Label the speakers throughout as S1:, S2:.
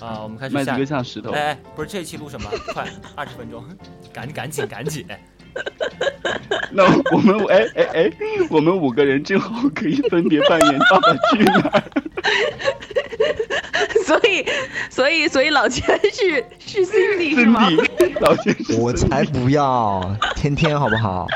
S1: 啊开始
S2: 麦
S1: 下
S2: 子哥像石头，
S1: 哎哎，不是这期录什么？快，二十分钟， 赶赶紧赶紧！
S2: 那我们哎哎哎，我们五个人正好可以分别扮演爸爸去哪儿。
S3: 所以，所以，所以老千是是 Cindy 是
S2: 森
S3: 吗？
S2: 迪，老先生，
S4: 我才不要，天天好不好？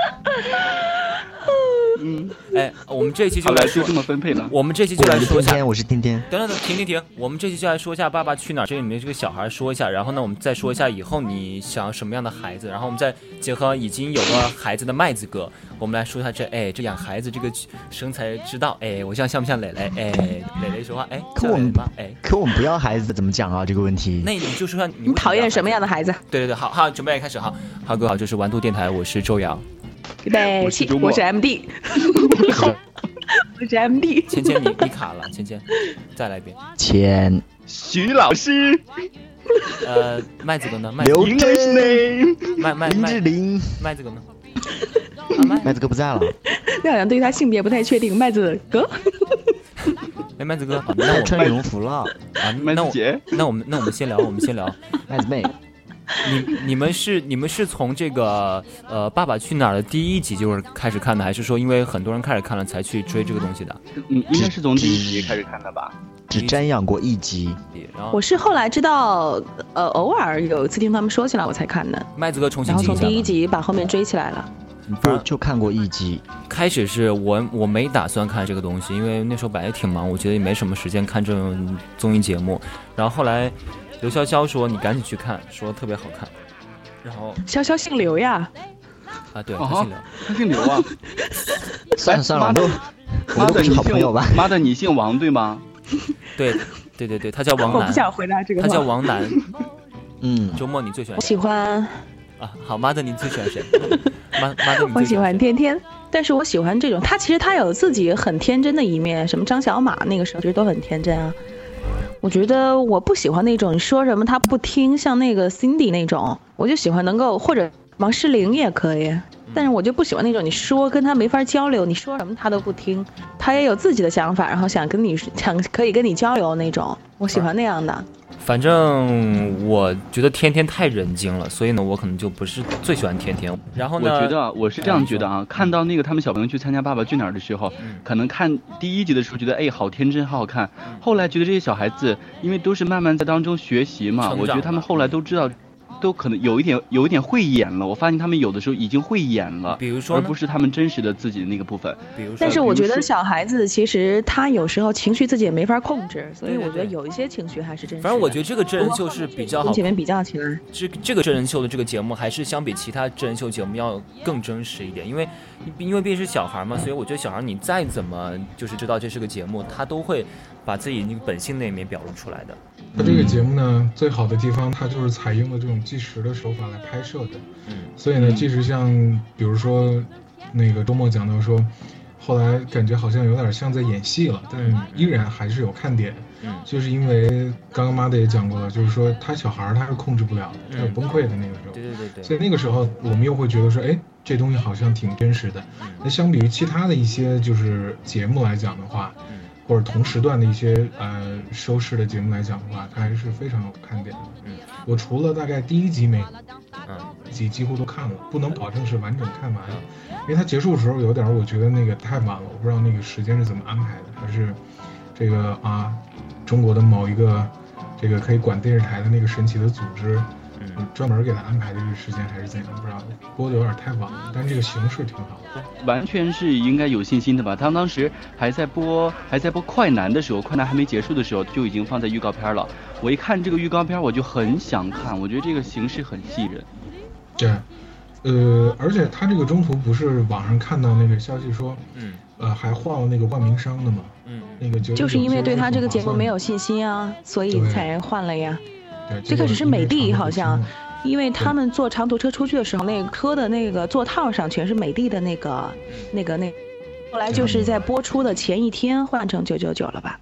S2: 嗯，
S1: 哎，我们这期就
S2: 好
S1: 来
S2: 了，就
S1: 说，
S2: 这么分配了。
S1: 我们这期就
S4: 我
S1: 来
S4: 是
S1: 说
S4: 天
S1: 一下
S4: 天，我是天天。
S1: 等等等，停停停！我们这期就来说一下《爸爸去哪儿》这里面这个小孩说一下，然后呢，我们再说一下以后你想要什么样的孩子，然后我们再结合已经有了孩子的麦子哥，我们来说一下这哎这养孩子这个生财之道，哎，我像像不像磊磊？哎，磊磊说话，哎，
S4: 可
S1: 像
S4: 我
S1: 磊
S4: 们
S1: 磊吗？哎，
S4: 可我们不要孩子怎么讲啊？这个问题
S1: 那，你就说说你
S3: 你讨厌什么样
S1: 的？
S3: 的孩子？
S1: 对对对，好好，准备开始哈，好哥好，这是玩度电台，我是周洋，
S3: 预备
S2: 我是
S3: 起，
S2: 周末
S3: 我 是 MD，我 是 MD，
S1: 芊芊你你卡了，芊芊，再来一遍，
S4: 前
S2: 徐老师
S1: 呃，麦子哥呢？麦
S4: 刘
S2: ，English
S4: 真、
S2: name，
S1: 麦麦
S4: 林志
S1: 麦
S4: 玲，
S1: 麦子哥呢？啊麦
S4: 麦子哥不在了，
S3: 你好像对他性别不太确定。麦子哥，
S1: 哎麦子哥，好那我
S4: 穿羽绒服了，
S1: 啊，
S2: 麦
S1: 那
S2: 子
S1: 我
S2: 姐，
S1: 那我们那我们先聊，我们先聊。
S4: 麦子妹。
S1: 你你们是你们是从这个呃《爸爸去哪儿》的第一集就是开始看的，还是说因为很多人开始看了才去追这个东西的？
S2: 嗯，应该是从第一集开始看的吧？
S4: 只瞻仰过一集，
S1: 然后
S3: 我是后来知道，呃，偶尔有一次听他们说起来我才看的，
S1: 麦子哥重新
S3: 然后
S1: 听
S3: 从
S1: 一下吧。
S3: 第一集把后面追起来了。
S4: 就就看过一集。
S1: 开始是我我没打算看这个东西，因为那时候本来也挺忙，我觉得也没什么时间看这种综艺节目。然后后来刘潇潇说你赶紧去看，说特别好看。然后
S3: 潇潇姓刘呀，
S1: 啊，对，
S2: 哦
S1: 他姓刘，
S2: 他姓刘啊，
S4: 算了算了，我
S2: 妈
S1: 哎
S2: 的妈的
S4: 们都我们都不
S2: 你
S4: 是好
S2: 姓
S4: 朋友吧？
S2: 妈的你姓王对吗？
S1: 对对对对，他叫王
S3: 我不
S1: 楠，
S3: 想回答这个
S1: 他叫
S3: 话。
S1: 王楠。
S4: 嗯，
S1: 周末你最喜欢
S3: 我
S1: 谁？
S3: 喜欢，
S1: 啊，好，妈的，你最喜欢谁？妈妈的，你
S3: 我
S1: 最
S3: 喜欢
S1: 谁
S3: 天天，但是我喜欢这种，他其实他有自己很天真的一面，什么张小马那个时候其实都很天真啊。我觉得我不喜欢那种说什么他不听，像那个 Cindy 那种，我就喜欢能够或者王诗龄也可
S1: 嗯
S3: 以，但是我就不喜欢那种你说跟他没法交流，你说什么他都不听，他也有自己的想法，然后想跟你想可以跟你交流那种，我喜欢那样
S1: 啊
S3: 的。
S1: 反正我觉得天天太人精了，所以呢，我可能就不是最喜欢天天。然后
S2: 我
S1: 呢，哎
S2: 觉得啊我是这样觉得啊，看到那个他们小朋友去参加《爸爸去哪儿》的时候
S1: 嗯，
S2: 可能看第一集的时候觉得哎好天真好好看，后来觉得这些小孩子因为都是慢慢在当中学习嘛，
S1: 成长嗯
S2: 我觉得他们
S1: 嘛
S2: 后来都知道，都可能有一点有一点会演了。我发现他们有的时候已经会演了，
S1: 比如说
S2: 而
S1: 呢
S2: 不，是他们真实的自己的那个部分。
S1: 比如说，
S3: 但是
S2: 比
S3: 我
S2: 如
S3: 觉得
S2: 说
S3: 小孩子其实他有时候情绪自己也没法控制，所以
S1: 对对
S3: 我觉得
S1: 对
S3: 有一些情绪还是真实的。
S1: 反正我觉得这个真人秀是比较好
S3: 跟，前面比较起来，
S1: 这这个真人秀的这个节目还是相比其他真人秀节目要更真实一点，因为因为毕竟是小孩嘛，所以我觉得小孩你再怎么就是知道这是个节目，他都会把自己那个本性那一面表露出来的。
S5: 它这
S1: 嗯
S5: 个节目呢，最好的地方，它就是采用了这种纪实的手法来拍摄的。
S1: 嗯，
S5: 所以呢，即使像比如说那个周末讲到说，后来感觉好像有点像在演戏了，但依然还是有看点。
S1: 嗯
S5: 就是因为刚刚妈的也讲过了，就是说他小孩儿他是控制不了的，他有
S1: 嗯
S5: 崩溃的那个时候。
S1: 对对对对，
S5: 所以那个时候我们又会觉得说，哎，这东西好像挺真实的。
S1: 嗯
S5: 那相比于其他的一些就是节目来讲的话，
S1: 嗯
S5: 或者同时段的一些呃收视的节目来讲的话，它还是非常有看点的。
S1: 嗯，
S5: 我除了大概第一集每
S1: 嗯
S5: 集几乎都看了，不能保证是完整看完，因为它结束的时候有点儿我觉得那个太晚了，我不知道那个时间是怎么安排的，还是这个啊中国的某一个这个可以管电视台的那个神奇的组织。
S1: 嗯，
S5: 专门给他安排的这个时间还是怎样，不知道播的有点太晚了，但是这个形式挺好的。
S2: 完全是应该有信心的吧？他们当时还在播，还在播快男的时候，快男还没结束的时候就已经放在预告片了。我一看这个预告片，我就很想看，我觉得这个形式很吸引人。
S5: 对，呃，而且他这个中途不是网上看到那个消息说，
S1: 嗯
S5: 呃，还换了那个冠名商的嘛，
S1: 嗯嗯
S5: 那个九
S3: 就是因为对他这个节目没
S5: 99
S3: 有信心啊，所以
S5: 对
S3: 才换了呀。
S5: 对，
S3: 最开始是美的好像
S5: 结果因为
S3: 因为他们坐长途车出去的时候，那个车的那个座套上全是美的的那个、
S1: 嗯
S3: 那个、那后来就是在播出的前一天换成九九九了吧？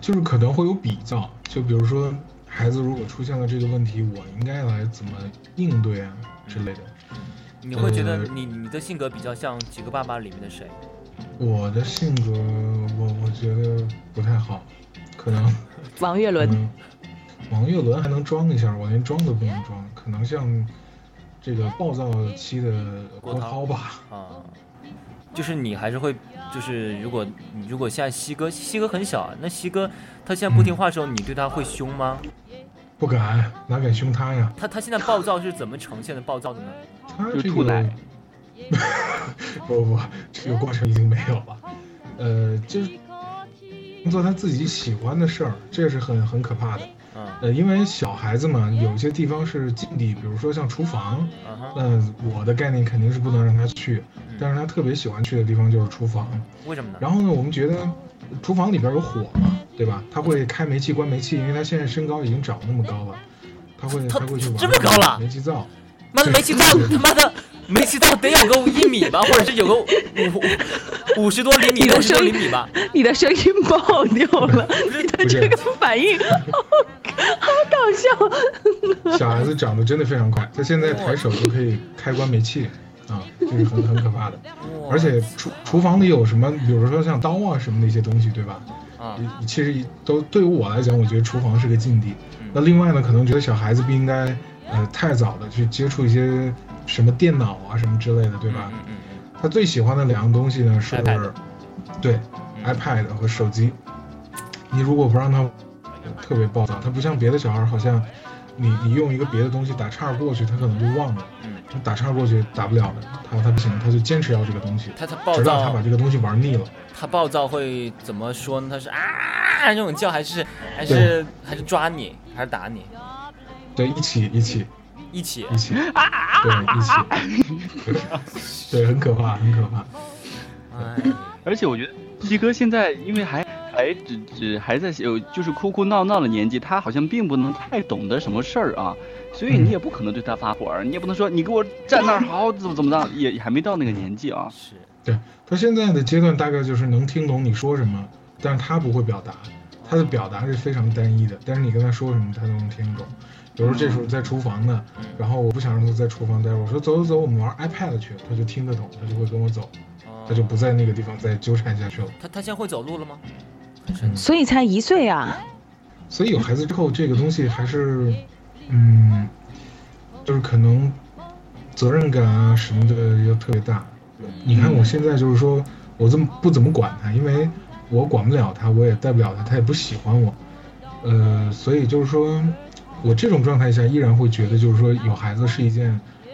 S5: 就是可能会有比较，就比如说孩子如果出现了这个问题，我应该来怎么应对啊之类的。
S1: 你会觉得
S5: 呃
S1: 你你的性格比较像《几个爸爸》里面的谁？
S5: 我的性格，我我觉得不太好，可能。
S3: 王岳伦，
S5: 嗯，网岳伦还能装一下，我连装都不能装，可能像这个暴躁期的
S1: 郭
S5: 郭
S1: 涛
S5: 涛吧。
S1: 啊，就是你还是会，就是如果你如果现在西哥西哥很小啊，那西哥他现在不听话的时候，你对他会凶吗？
S5: 不敢，哪敢凶他呀？
S1: 他他现在暴躁是怎么呈现的暴躁的呢？
S5: 他
S2: 就
S5: 这
S2: 吐奶
S5: 个， 不不不，这个过程已经没有了。呃，就是做他自己喜欢的事儿，这是很很可怕的。
S1: 嗯啊
S5: 呃，因为小孩子嘛，有些地方是禁地，比如说像厨房，
S1: 哈，
S5: 那我的概念肯定是不能让他去，
S2: 嗯
S5: 但是他特别喜欢去的地方就是厨房。
S1: 为什么呢？
S5: 然后呢，我们觉得厨房里边有火嘛，对吧？他会开煤气、关煤气，因为他现在身高已经长那么高了，他会
S1: 他
S5: 他会去玩
S1: 这么高了
S5: 煤气灶。
S1: 妈的煤气灶，他妈的煤气灶得有个一米吧，或者是有个五五十多厘米、六十多厘米吧。
S3: 你的声音爆掉了，你的这个反应好好搞笑。
S5: 小孩子长得真的非常快，他现在抬手就可以开关 煤气啊，这是很很可怕的。
S1: 哇
S5: 而且厨厨房里有什么，比如说像刀啊什么那些东西，对吧？
S1: 啊，
S5: 其实都对于我来讲，我觉得厨房是个禁地。
S1: 嗯
S5: 那另外呢，可能觉得小孩子不应该呃太早的去接触一些什么电脑啊什么之类的，对吧？
S1: 嗯嗯
S5: 他最喜欢的两样东西呢是
S1: iPad
S5: 对
S1: 嗯
S5: iPad 和手机。你如果不让他特别暴躁，他不像别的小孩，好像你你用一个别的东西打岔过去，他可能就忘了。
S1: 嗯，
S5: 打岔过去打不了的，他他不行，他就坚持要这个东西，
S1: 他他暴
S5: 直到他
S1: 躁
S5: 把，这个东西玩腻了。
S1: 他暴躁会怎么说呢？他是啊那种叫，还是还是还是抓你，还是打你？
S5: 对，一起一起
S1: 一起
S5: 一起，对，一起， 对，很可怕，很可怕。
S1: 哎，
S2: 而且我觉得西哥现在因为还还只只还在有就是哭哭闹闹的年纪，他好像并不能太懂得什么事儿啊，所以你也不可能对他发火儿，你也不能说你给我站那儿好怎么怎么的，也也还没到那个年纪啊。
S1: 是，
S5: 对他现在的阶段大概就是能听懂你说什么，但是他不会表达，他的表达是非常单一的，但是你跟他说什么他都能听懂。比如说这时候在厨房呢，然后我不想让他在厨房待着，我说走走走，我们玩 iPad 去，他就听得懂，他就会跟我走，
S1: 哦
S5: 他就不在那个地方再纠缠下去了。
S1: 他他现在会走路了吗？
S3: 所以才一岁啊，
S5: 所以有孩子之后，这个东西还是，嗯，就是可能责任感啊什么的要特别大。你看我现在就是说我这么不怎么管他，因为我管不了他，我也带不了他，他也不喜欢我，呃，所以就是说我这种状态下依然会觉得就是说有孩子是一件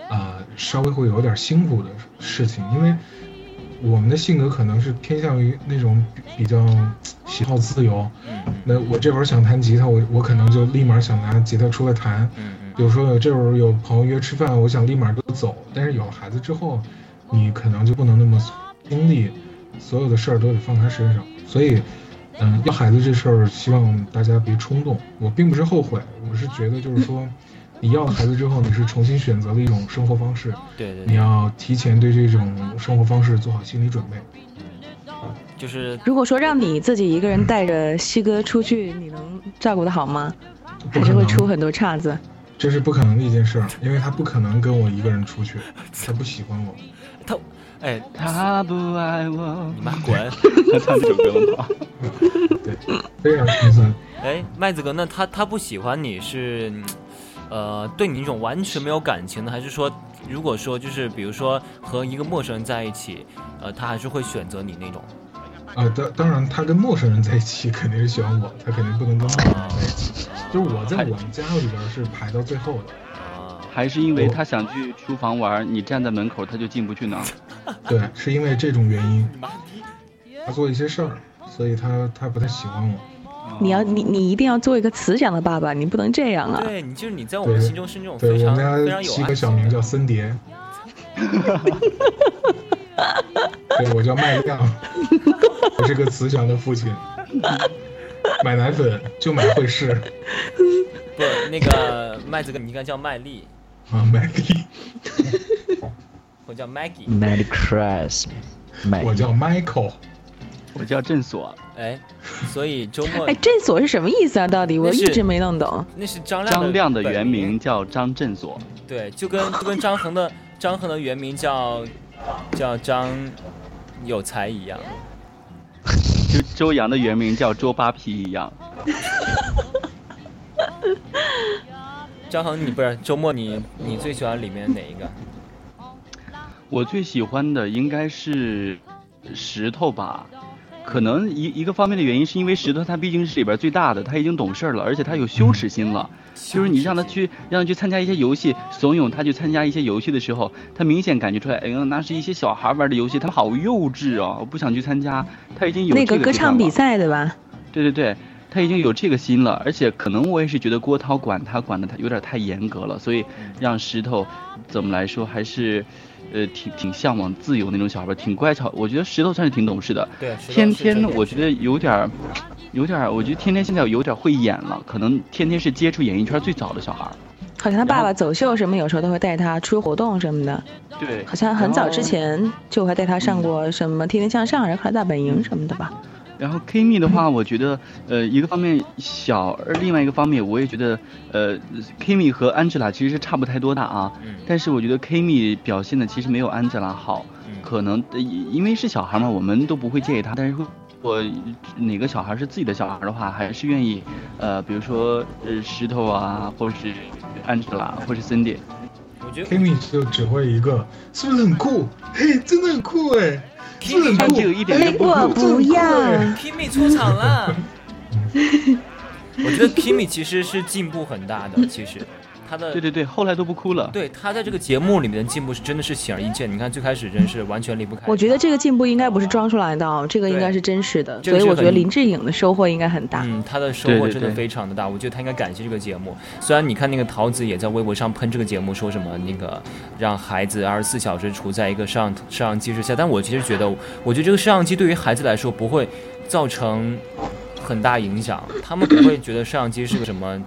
S5: 啊、呃稍微会有点辛苦的事情，因为我们的性格可能是偏向于那种比比较喜好自由。
S1: 嗯
S5: 那我这会儿想弹吉他，我我可能就立马想拿吉他出来弹。
S1: 嗯嗯
S5: 比如说有这会儿有朋友约吃饭，我想立马就走。但是有了孩子之后，你可能就不能那么精力，所有的事儿都得放他身上。所以，嗯、要孩子这事儿，希望大家别冲动。我并不是后悔，我是觉得就是说，你要了孩子之后，你是重新选择了一种生活方式，
S1: 嗯，对对
S5: 你
S1: 对，
S5: 要提前对这种生活方式做好心理准备。
S1: 就是
S3: 如果说让你自己一个人带着西哥出去，你能照顾得好吗？
S5: 不
S3: 还
S5: 可
S3: 是会
S5: 能
S3: 出很多岔子？
S5: 这是不可能的一件事儿，因为他不可能跟我一个人出去，他不喜欢我。
S1: 他，哎，
S2: 他不爱我
S1: 你，妈滚！
S2: 他唱这首歌吗？
S5: 对，非常心酸。
S1: 哎，麦子哥，那他他不喜欢你是，嗯呃，对你一种完全没有感情的，还是说，如果说就是比如说和一个陌生人在一起，呃，他还是会选择你那种？
S5: 啊，当当然，他跟陌生人在一起肯定是喜欢我，他肯定不能跟陌生人
S1: 啊
S5: 在一起。就是我在我们家里边是排到最后的，
S1: 啊，
S2: 还是因为他想去厨房玩儿，你站在门口他就进不去呢？
S5: 对，是因为这种原因，他做一些事儿，所以他他不太喜欢我。
S3: 你要你你一定要做一个慈祥的爸爸，你不能这样啊！
S1: 对你就是你在我们
S5: 对
S1: 心中是那种
S5: 嗯对
S1: 非
S5: 我
S1: 常非
S5: 们家
S1: 常有
S5: 起
S1: 爱
S5: 个小名叫森碟，对我叫麦亮，我是个慈祥的父亲，买奶粉就买惠氏
S1: 不那个麦子哥，你应该叫麦丽
S5: 啊，麦力。
S1: 或者叫
S5: 嗯
S1: Maggie。
S4: Merry Christmas，
S5: 我叫 Michael，
S2: 我叫郑所，
S1: 哎，所以周末
S3: 哎，这所是什么意思啊？到底我
S1: 那是
S3: 一直没弄懂。
S1: 那是张亮
S2: 张亮的
S1: 本
S2: 原名，叫张振所，
S1: 对，就跟就跟张恒的张恒的原名叫叫张有才一样。
S2: 就周洋的原名叫周扒皮一样。
S1: 张恒，你不是周末你你最喜欢里面哪一个？
S2: 我最喜欢的应该是石头吧，可能一一个方面的原因是因为石头他毕竟是里边最大的，他已经懂事儿了，而且他有羞耻心了。就是你让他去让他去参加一些游戏，怂恿他去参加一些游戏的时候，他明显感觉出来，哎呀，那是一些小孩玩的游戏，他们好幼稚哦，我不想去参加。他已经有
S3: 那
S2: 这
S3: 个
S2: 个
S3: 歌
S2: 地方
S3: 唱比
S2: 了，
S3: 赛对吧？
S2: 对对对。他已经有这个心了，而且可能我也是觉得郭涛管他管的他有点太严格了，所以
S1: 嗯
S2: 让石头怎么来说还是，呃，挺挺向往自由那种小孩，挺乖巧。我觉得石头算是挺懂事的，
S1: 对，石头
S2: 天
S1: 是
S2: 天
S1: 最
S2: 我觉得有点儿，有点儿，我觉得天天现在有点儿会演了，可能天天是接触演艺圈最早的小孩儿。
S3: 好像他
S2: 然
S3: 爸
S2: 后
S3: 爸走秀什么，有时候都会带他出去活动什么的。
S2: 对
S3: 好像很早之
S2: 然后
S3: 前就还带他上过什么《天天向上》《人海大本营》什么的吧。
S2: 然后 K 蜜的话，我觉得，呃，一个方面小，而另外一个方面，我也觉得，呃，K 蜜和 Angela 其实是差不太多大啊。
S1: 嗯
S2: 但是我觉得 K 蜜表现的其实没有 Angela 好，
S1: 嗯
S2: 可能、呃因为是小孩嘛，我们都不会介意他。但是如果哪个小孩是自己的小孩的话，还是愿意，呃，比如说呃石头啊，或是 Angela，或是 Cindy。
S1: 我觉得
S5: Kimi 就只会一个，是不是很酷？嘿，真的很酷哎，是不是很
S2: 但
S5: 酷？
S2: 嗯这个一点都不
S5: 哎
S3: 我
S2: 酷。
S3: 不要，
S1: Kimi 出场了。 我觉得 Kimi 其实是进步很大 的，其实他的
S2: 对对对，后来都不哭了。
S1: 对他在这个节目里面的进步是真的是显而易见。你看最开始真是完全离不开，
S3: 我觉得这个进步应该不是装出来的，哦，这个应该是真实的，
S1: 这个
S3: 所以
S1: 是
S3: 我觉
S1: 很
S3: 得林志颖的收获应该很大。
S1: 嗯，他的收获
S2: 对对
S1: 真的
S2: 对
S1: 非常的大，我觉得他应该感谢这个节目。虽然你看那个桃子也在微博上喷这个节目，说什么那个让孩子二十四小时处在一个摄像摄像机之下，但我其实觉得，我觉得这个摄像机对于孩子来说不会造成很大影响，他们不会觉得摄像机是个什么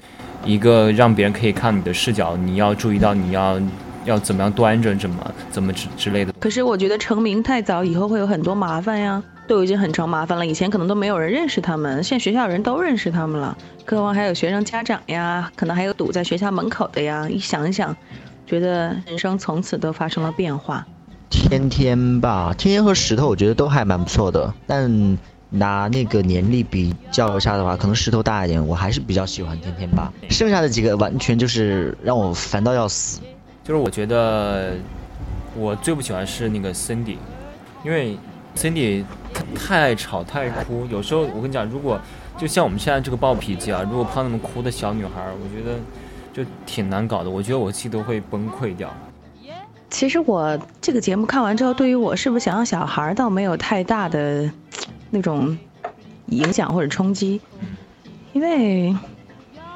S1: 一个让别人可以看你的视角，你要注意到你要要怎么样端着，怎么怎么之之类的。
S3: 可是我觉得成名太早，以后会有很多麻烦呀，都已经很成麻烦了。以前可能都没有人认识他们，现在学校人都认识他们了，更何况还有学生家长呀，可能还有堵在学校门口的呀。一想一想，觉得人生从此都发生了变化。
S4: 天天吧，天天和石头我觉得都还蛮不错的，但拿那个年龄比较一下的话，可能石头大一点，我还是比较喜欢天天吧。剩下的几个完全就是让我烦到要死。
S1: 就是我觉得我最不喜欢是那个 Cindy，因为 Cindy 她太吵太哭，有时候我跟你讲，如果就像我们现在这个暴脾气啊，如果碰到那么哭的小女孩儿，我觉得就挺难搞的，我觉得我自己都会崩溃掉。
S3: 其实我这个节目看完之后，对于我是不是想要小孩儿，倒没有太大的那种影响或者冲击，因为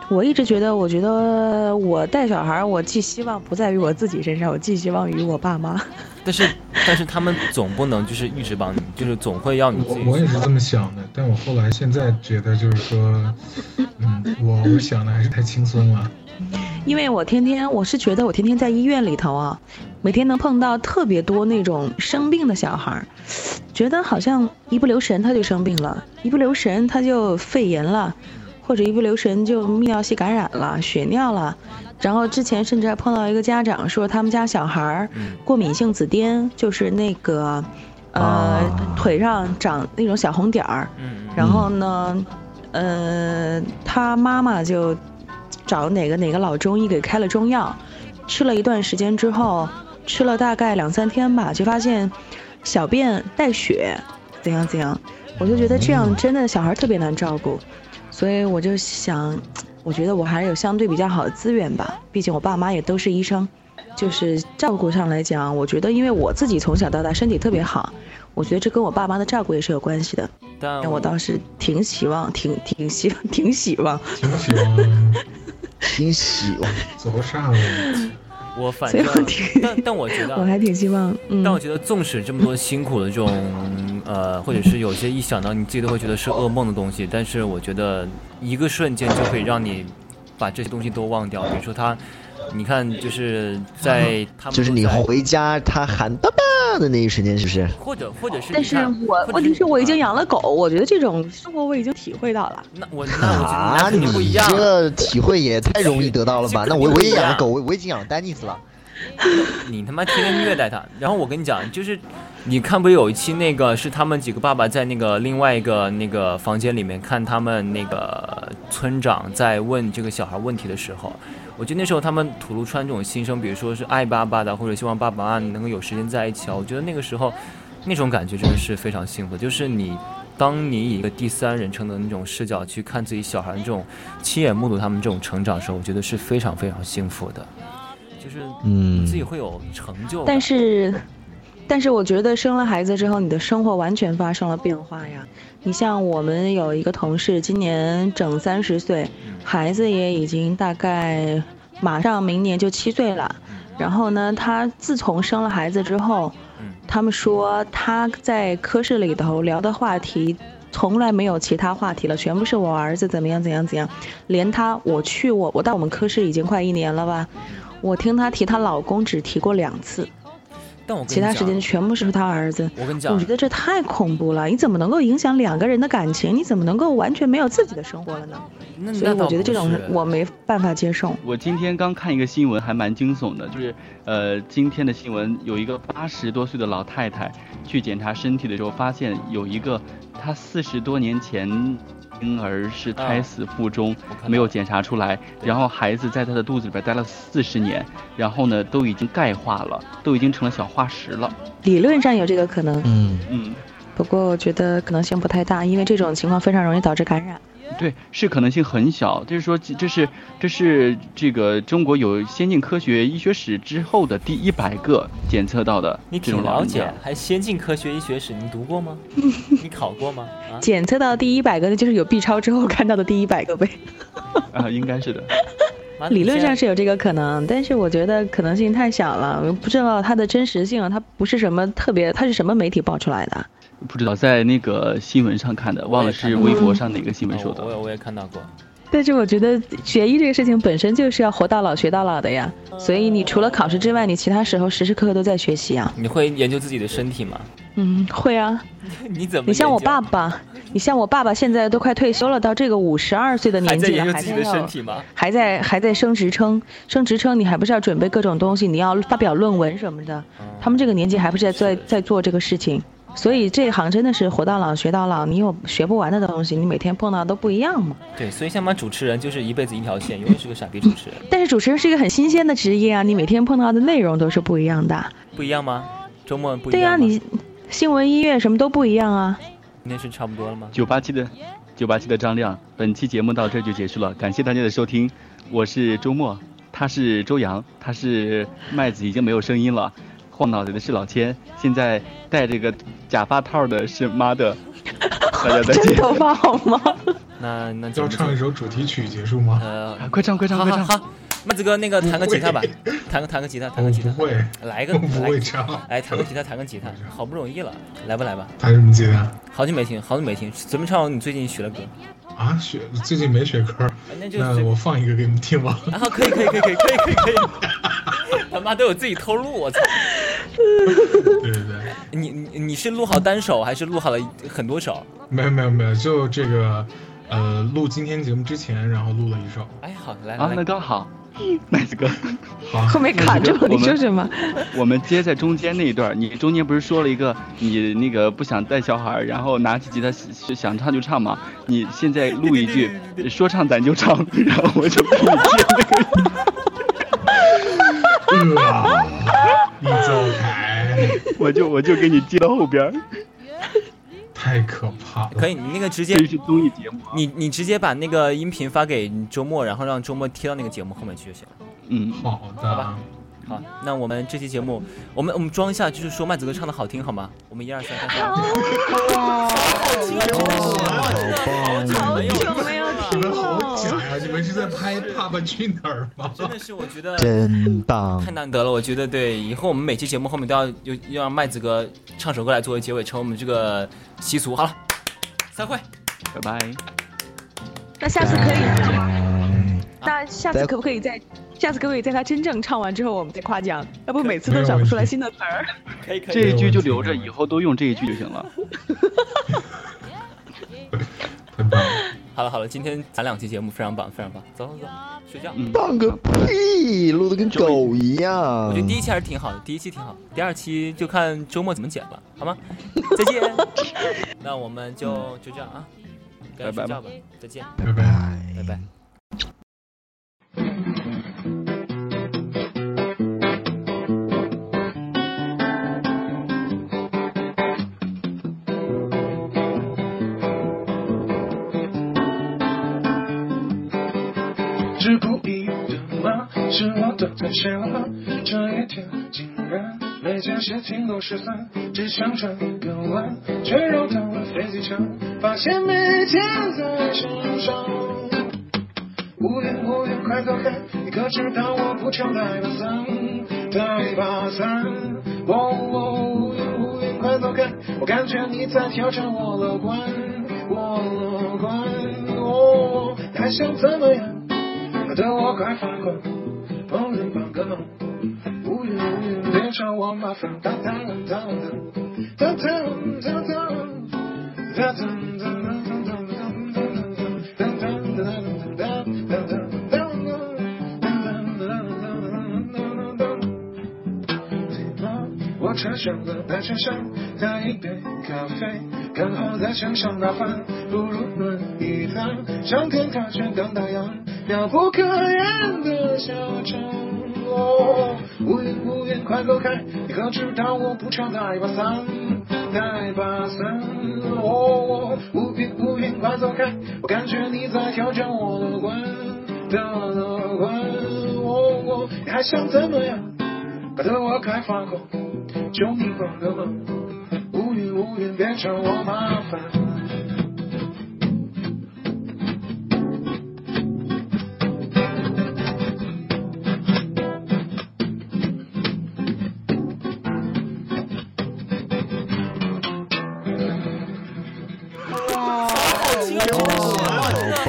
S3: 我一直觉得，我觉得我带小孩儿，我寄希望不在于我自己身上，我寄希望于我爸妈。
S1: 但是但是他们总不能就是一直帮你，就是总会要你自
S5: 我我也
S1: 己。
S5: 是这么想的，但我后来现在觉得就是说，嗯，我我想的还是太轻松了。
S3: 因为我天天，我是觉得我天天在医院里头啊，每天能碰到特别多那种生病的小孩儿，觉得好像一不留神他就生病了，一不留神他就肺炎了，或者一不留神就泌尿系感染了、血尿了。然后之前甚至还碰到一个家长说，他们家小孩儿
S1: 嗯
S3: 过敏性紫癜，就是那个，呃，
S4: 啊
S3: 腿上长那种小红点儿，
S1: 嗯，嗯
S3: 然后呢，呃，他妈妈就找哪个哪个老中医给开了中药，吃了一段时间之后，吃了大概两三天吧，就发现小便带血，怎样怎样，我就觉得这样真的小孩特别难照顾，所以我就想，我觉得我还是有相对比较好的资源吧，毕竟我爸妈也都是医生。就是照顾上来讲，我觉得因为我自己从小到大身体特别好，我觉得这跟我爸妈的照顾也是有关系的。
S1: 但
S3: 但我倒是挺希望，挺挺希 望，挺希望。
S5: 挺喜欢
S4: 挺喜欢，
S5: 啊走煞了，
S1: 我反
S3: 所以
S1: 正
S3: 我挺
S1: 但但我觉得啊
S3: 我还挺希望，嗯
S1: 但，我觉得，纵使这么多辛苦的这种，呃，或者是有些一想到你自己都会觉得是噩梦的东西，但是我觉得一个瞬间就可以让你把这些东西都忘掉。比如说他，你看，就是 在他们
S4: 就是你
S1: 都在
S4: 回家他喊爸爸的那一瞬间，是不是？
S1: 或者或者是你
S3: 但是
S1: 看，
S3: 我
S1: 或者
S3: 问题是我已经
S1: 你看
S3: 养了狗，我觉得这种生活我已经体会到了。
S1: 那我那我觉得
S4: 啊，
S1: 那肯
S4: 你
S1: 定不一样。
S4: 这体会也太容易得到了吧？那我我也养了狗，我我已经养了丹尼斯了。
S1: 你他妈天天虐待他。然后我跟你讲，就是你看，不是有一期那个是他们几个爸爸在那个另外一个那个房间里面看他们那个村长在问这个小孩问题的时候，我觉得那时候他们吐露出来这种心声，比如说是爱爸爸的，或者希望爸爸妈妈能够有时间在一起啊。我觉得那个时候，那种感觉真的是非常幸福。就是你，当你以一个第三人称的那种视角去看自己小孩这种亲眼目睹他们这种成长的时候，我觉得是非常非常幸福的，就是
S4: 嗯
S1: 自己会有成就感。
S3: 但是，但是我觉得生了孩子之后，你的生活完全发生了变化呀。你像我们有一个同事，今年整三十岁，
S1: 嗯
S3: 孩子也已经大概马上明年就七岁了。然后呢，他自从生了孩子之后
S1: 嗯，
S3: 他们说他在科室里头聊的话题。从来没有其他话题了，全部是我儿子怎么样怎样怎样，连他我去我我到我们科室已经快一年了吧，我听她提她老公只提过两次，
S1: 但我跟
S3: 其
S1: 你
S3: 他
S1: 讲
S3: 时间全部是她儿子。
S1: 我跟你讲
S3: 我觉，得这太恐怖了！你怎么能够影响两个人的感情？你怎么能够完全没有自己的生活了呢？
S1: 那
S3: 所
S1: 嗯
S3: 以
S1: 那倒
S3: 我觉得
S1: 不
S3: 这种
S1: 是
S3: 人我没办法接受。
S2: 我今天刚看一个新闻，还蛮惊悚的，就是呃，今天的新闻有一个八十多岁的老太太去检查身体的时候，发现有一个她四十多年前婴儿是胎死腹中，
S1: 我看到
S2: 没有检查出来，然后孩子在她的肚子里边待了四十年，然后呢都已经钙化了，都已经成了小化石了。
S3: 理论上有这个可能，
S4: 嗯，
S2: 嗯，
S3: 不过我觉得可能性不太大，因为这种情况非常容易导致感染。
S2: 对，是可能性很小。就是说，这是这是这个中国有先进科学医学史之后的第一百个检测到的
S1: 你
S2: 这
S1: 挺
S2: 种老
S1: 了
S2: 人
S1: 解
S2: 家。，
S1: 还先进科学医学史，你读过 吗？你考过吗？啊，
S3: 检测到第一百个，那就是有 B 超之后看到的第一百个呗。
S2: 啊，应该是的。
S1: 妈的
S3: 理论
S1: 你现
S3: 上
S1: 在
S3: 是有这个可能，但是我觉得可能性太小了，不知道它的真实性，它不是什么特别，它是什么媒体爆出来的？
S2: 不知道在那个新闻上看的，忘了是微博上哪个新闻
S1: 哦
S2: 说的
S1: 我。也我也看到过。
S3: 但是我觉得学医这个事情本身就是要活到老学到老的呀，所以你除了考试之外，你其他时候时时刻刻都在学习啊。
S1: 你会研究自己的身体吗？
S3: 嗯，会啊。
S1: 你怎么？
S3: 你像我爸，爸，你像我爸爸现在都快退休了，到这个五十二岁的
S1: 还
S3: 年
S1: 在
S3: 纪
S1: 研
S3: 了，
S1: 究
S3: 还
S1: 自己
S3: 在
S1: 的身
S3: 要
S1: 体吗？
S3: 还在还在升职称，升职称你还不是要准备各种东西，你要发表论文什么的。
S1: 哦
S3: 他们这个年纪还不是在在在做这个事情，所以这行真的是活到老学到老，你有学不完的东西，你每天碰到都不一样嘛。
S1: 对，所以像我们主持人就是一辈子一条线，永远是个傻逼主持人，
S3: 但是主持人是一个很新鲜的职业啊，你每天碰到的内容都是不一样的。
S1: 不一样吗？周末不一
S3: 对呀、啊
S1: 样吗？
S3: 你新闻、音乐什么都不一样啊。
S1: 那是差不多了吗？
S2: 九八七的，九八七的张亮，本期节目到这就结束了，感谢大家的收听，我是周末，他是周洋，他是麦子已经没有声音了，晃脑袋的是老千，现在戴这个假发套的是 妈的，大家再
S3: 真
S2: 见，
S3: 头发好吗？
S1: 那那节
S5: 要
S1: 目
S5: 唱一
S1: 就
S5: 首主题曲结束吗？
S1: 呃，
S2: 啊快唱快唱
S1: 好
S2: 快
S1: 好
S2: 唱，
S1: 好，麦子哥那个弹个吉他吧，弹个弹个吉他，弹
S5: 我
S1: 个吉
S5: 不
S1: 他，
S5: 会，
S1: 来一个
S5: 我不
S1: 来
S5: 会
S1: 个，
S5: 唱。
S1: 来弹个吉他，弹个吉他，好不容易了，来吧来吧，
S5: 弹什么吉他？
S1: 好久没听，好久没听，随便唱你最近学的歌，
S5: 啊，学最近没学歌，
S1: 哎那就
S5: 那
S1: 随
S5: 我放一个给你们听吧。
S1: 啊，可以可以可以可以可以可以 可以，他妈都有自己偷录，我操！
S5: 对对对，
S1: 你你你是录好单首还是录好了很多首？
S5: 没有没有没有，就这个，呃，录今天节目之前，然后录了一首。
S1: 哎，好，来来，
S2: 啊那
S1: 来，
S2: 刚好，麦子哥，
S3: 后
S5: 好，
S3: 面卡住了，你
S2: 我们
S3: 说什么？
S2: 我们接在中间那一段，你中间不是说了一个你那个不想带小孩儿，然后拿起吉他想想唱就唱嘛？你现在录一句，呃说唱咱就唱，然后我就给你接那个。
S5: 啊，李兆凯
S2: 我就我就给你接到后边儿，
S5: 太可怕了。
S1: 可以，你那个直接
S2: 这，是综艺节目啊。
S1: 你你直接把那个音频发给周末，然后让周末贴到那个节目后面去就行了。
S2: 嗯，
S5: 好的，
S1: 吧好，那我们这期节目，我们我们装一下，就是说麦子哥唱的好听好吗？我们一二三，三三。
S4: 好棒！
S3: 久没有
S5: 你们好假呀！你们是在拍《爸爸去哪儿》吗？
S1: 真的是，我觉得
S4: 真棒
S1: 太！难得了。我觉得对，以后我们每期节目后面都要有要让麦子哥唱首歌来作为结尾，成为我们这个习俗。好了，散会。
S2: 拜拜。
S3: 那下次可以，
S4: 嗯
S3: 那下次可不可以在，下次可不可以在他真正唱完之后我们再夸奖？要不每次
S5: 没
S3: 都
S5: 有
S3: 找不
S5: 问
S3: 出来
S5: 题
S3: 新的词儿。
S1: 可以可
S2: 这一句就留着，以后都用这一句就行了。
S5: 太棒了！
S1: 好了好了，今天咱两期节目非常棒，非常棒。走走走，睡觉。
S2: 嗯，
S4: 棒个屁，录的跟狗一样。哎
S1: 我觉得第一期还是挺好的，第一期挺好，第二期就看周末怎么剪吧，好吗？再见。那我们就就这样啊，该睡觉吧，再见，
S5: 拜拜。
S1: 拜
S4: 拜
S1: 拜。
S6: 是我的胆怯了，这一天竟然每件事情都失算，只想转个弯，却绕到了飞机场，发现每天在身上。五点五点快走开，你可知道我不常带把伞，带把伞。哦哦，五点五点快走开，我感觉你在挑战我乐观，我乐观。哦，你还想怎么样？搞得我快发狂，梦里帮个忙。乌云乌云，别找我麻烦。当当当当当当当当当当当当当当我穿上了白衬衫，带一杯咖啡，刚好在墙上打翻，不如轮一趟，上天卡却当太阳，妙不可言的嚣张。哦，乌云乌云快走开，你可知道我不常带把伞，带把伞。哦，乌云乌云快走开，我感觉你在挑战我的关的乐观。哦，你还想怎么样？搞得我快发狂，求你帮个忙，乌云乌云别找我麻烦。
S1: 好
S3: 啊
S4: 哇，好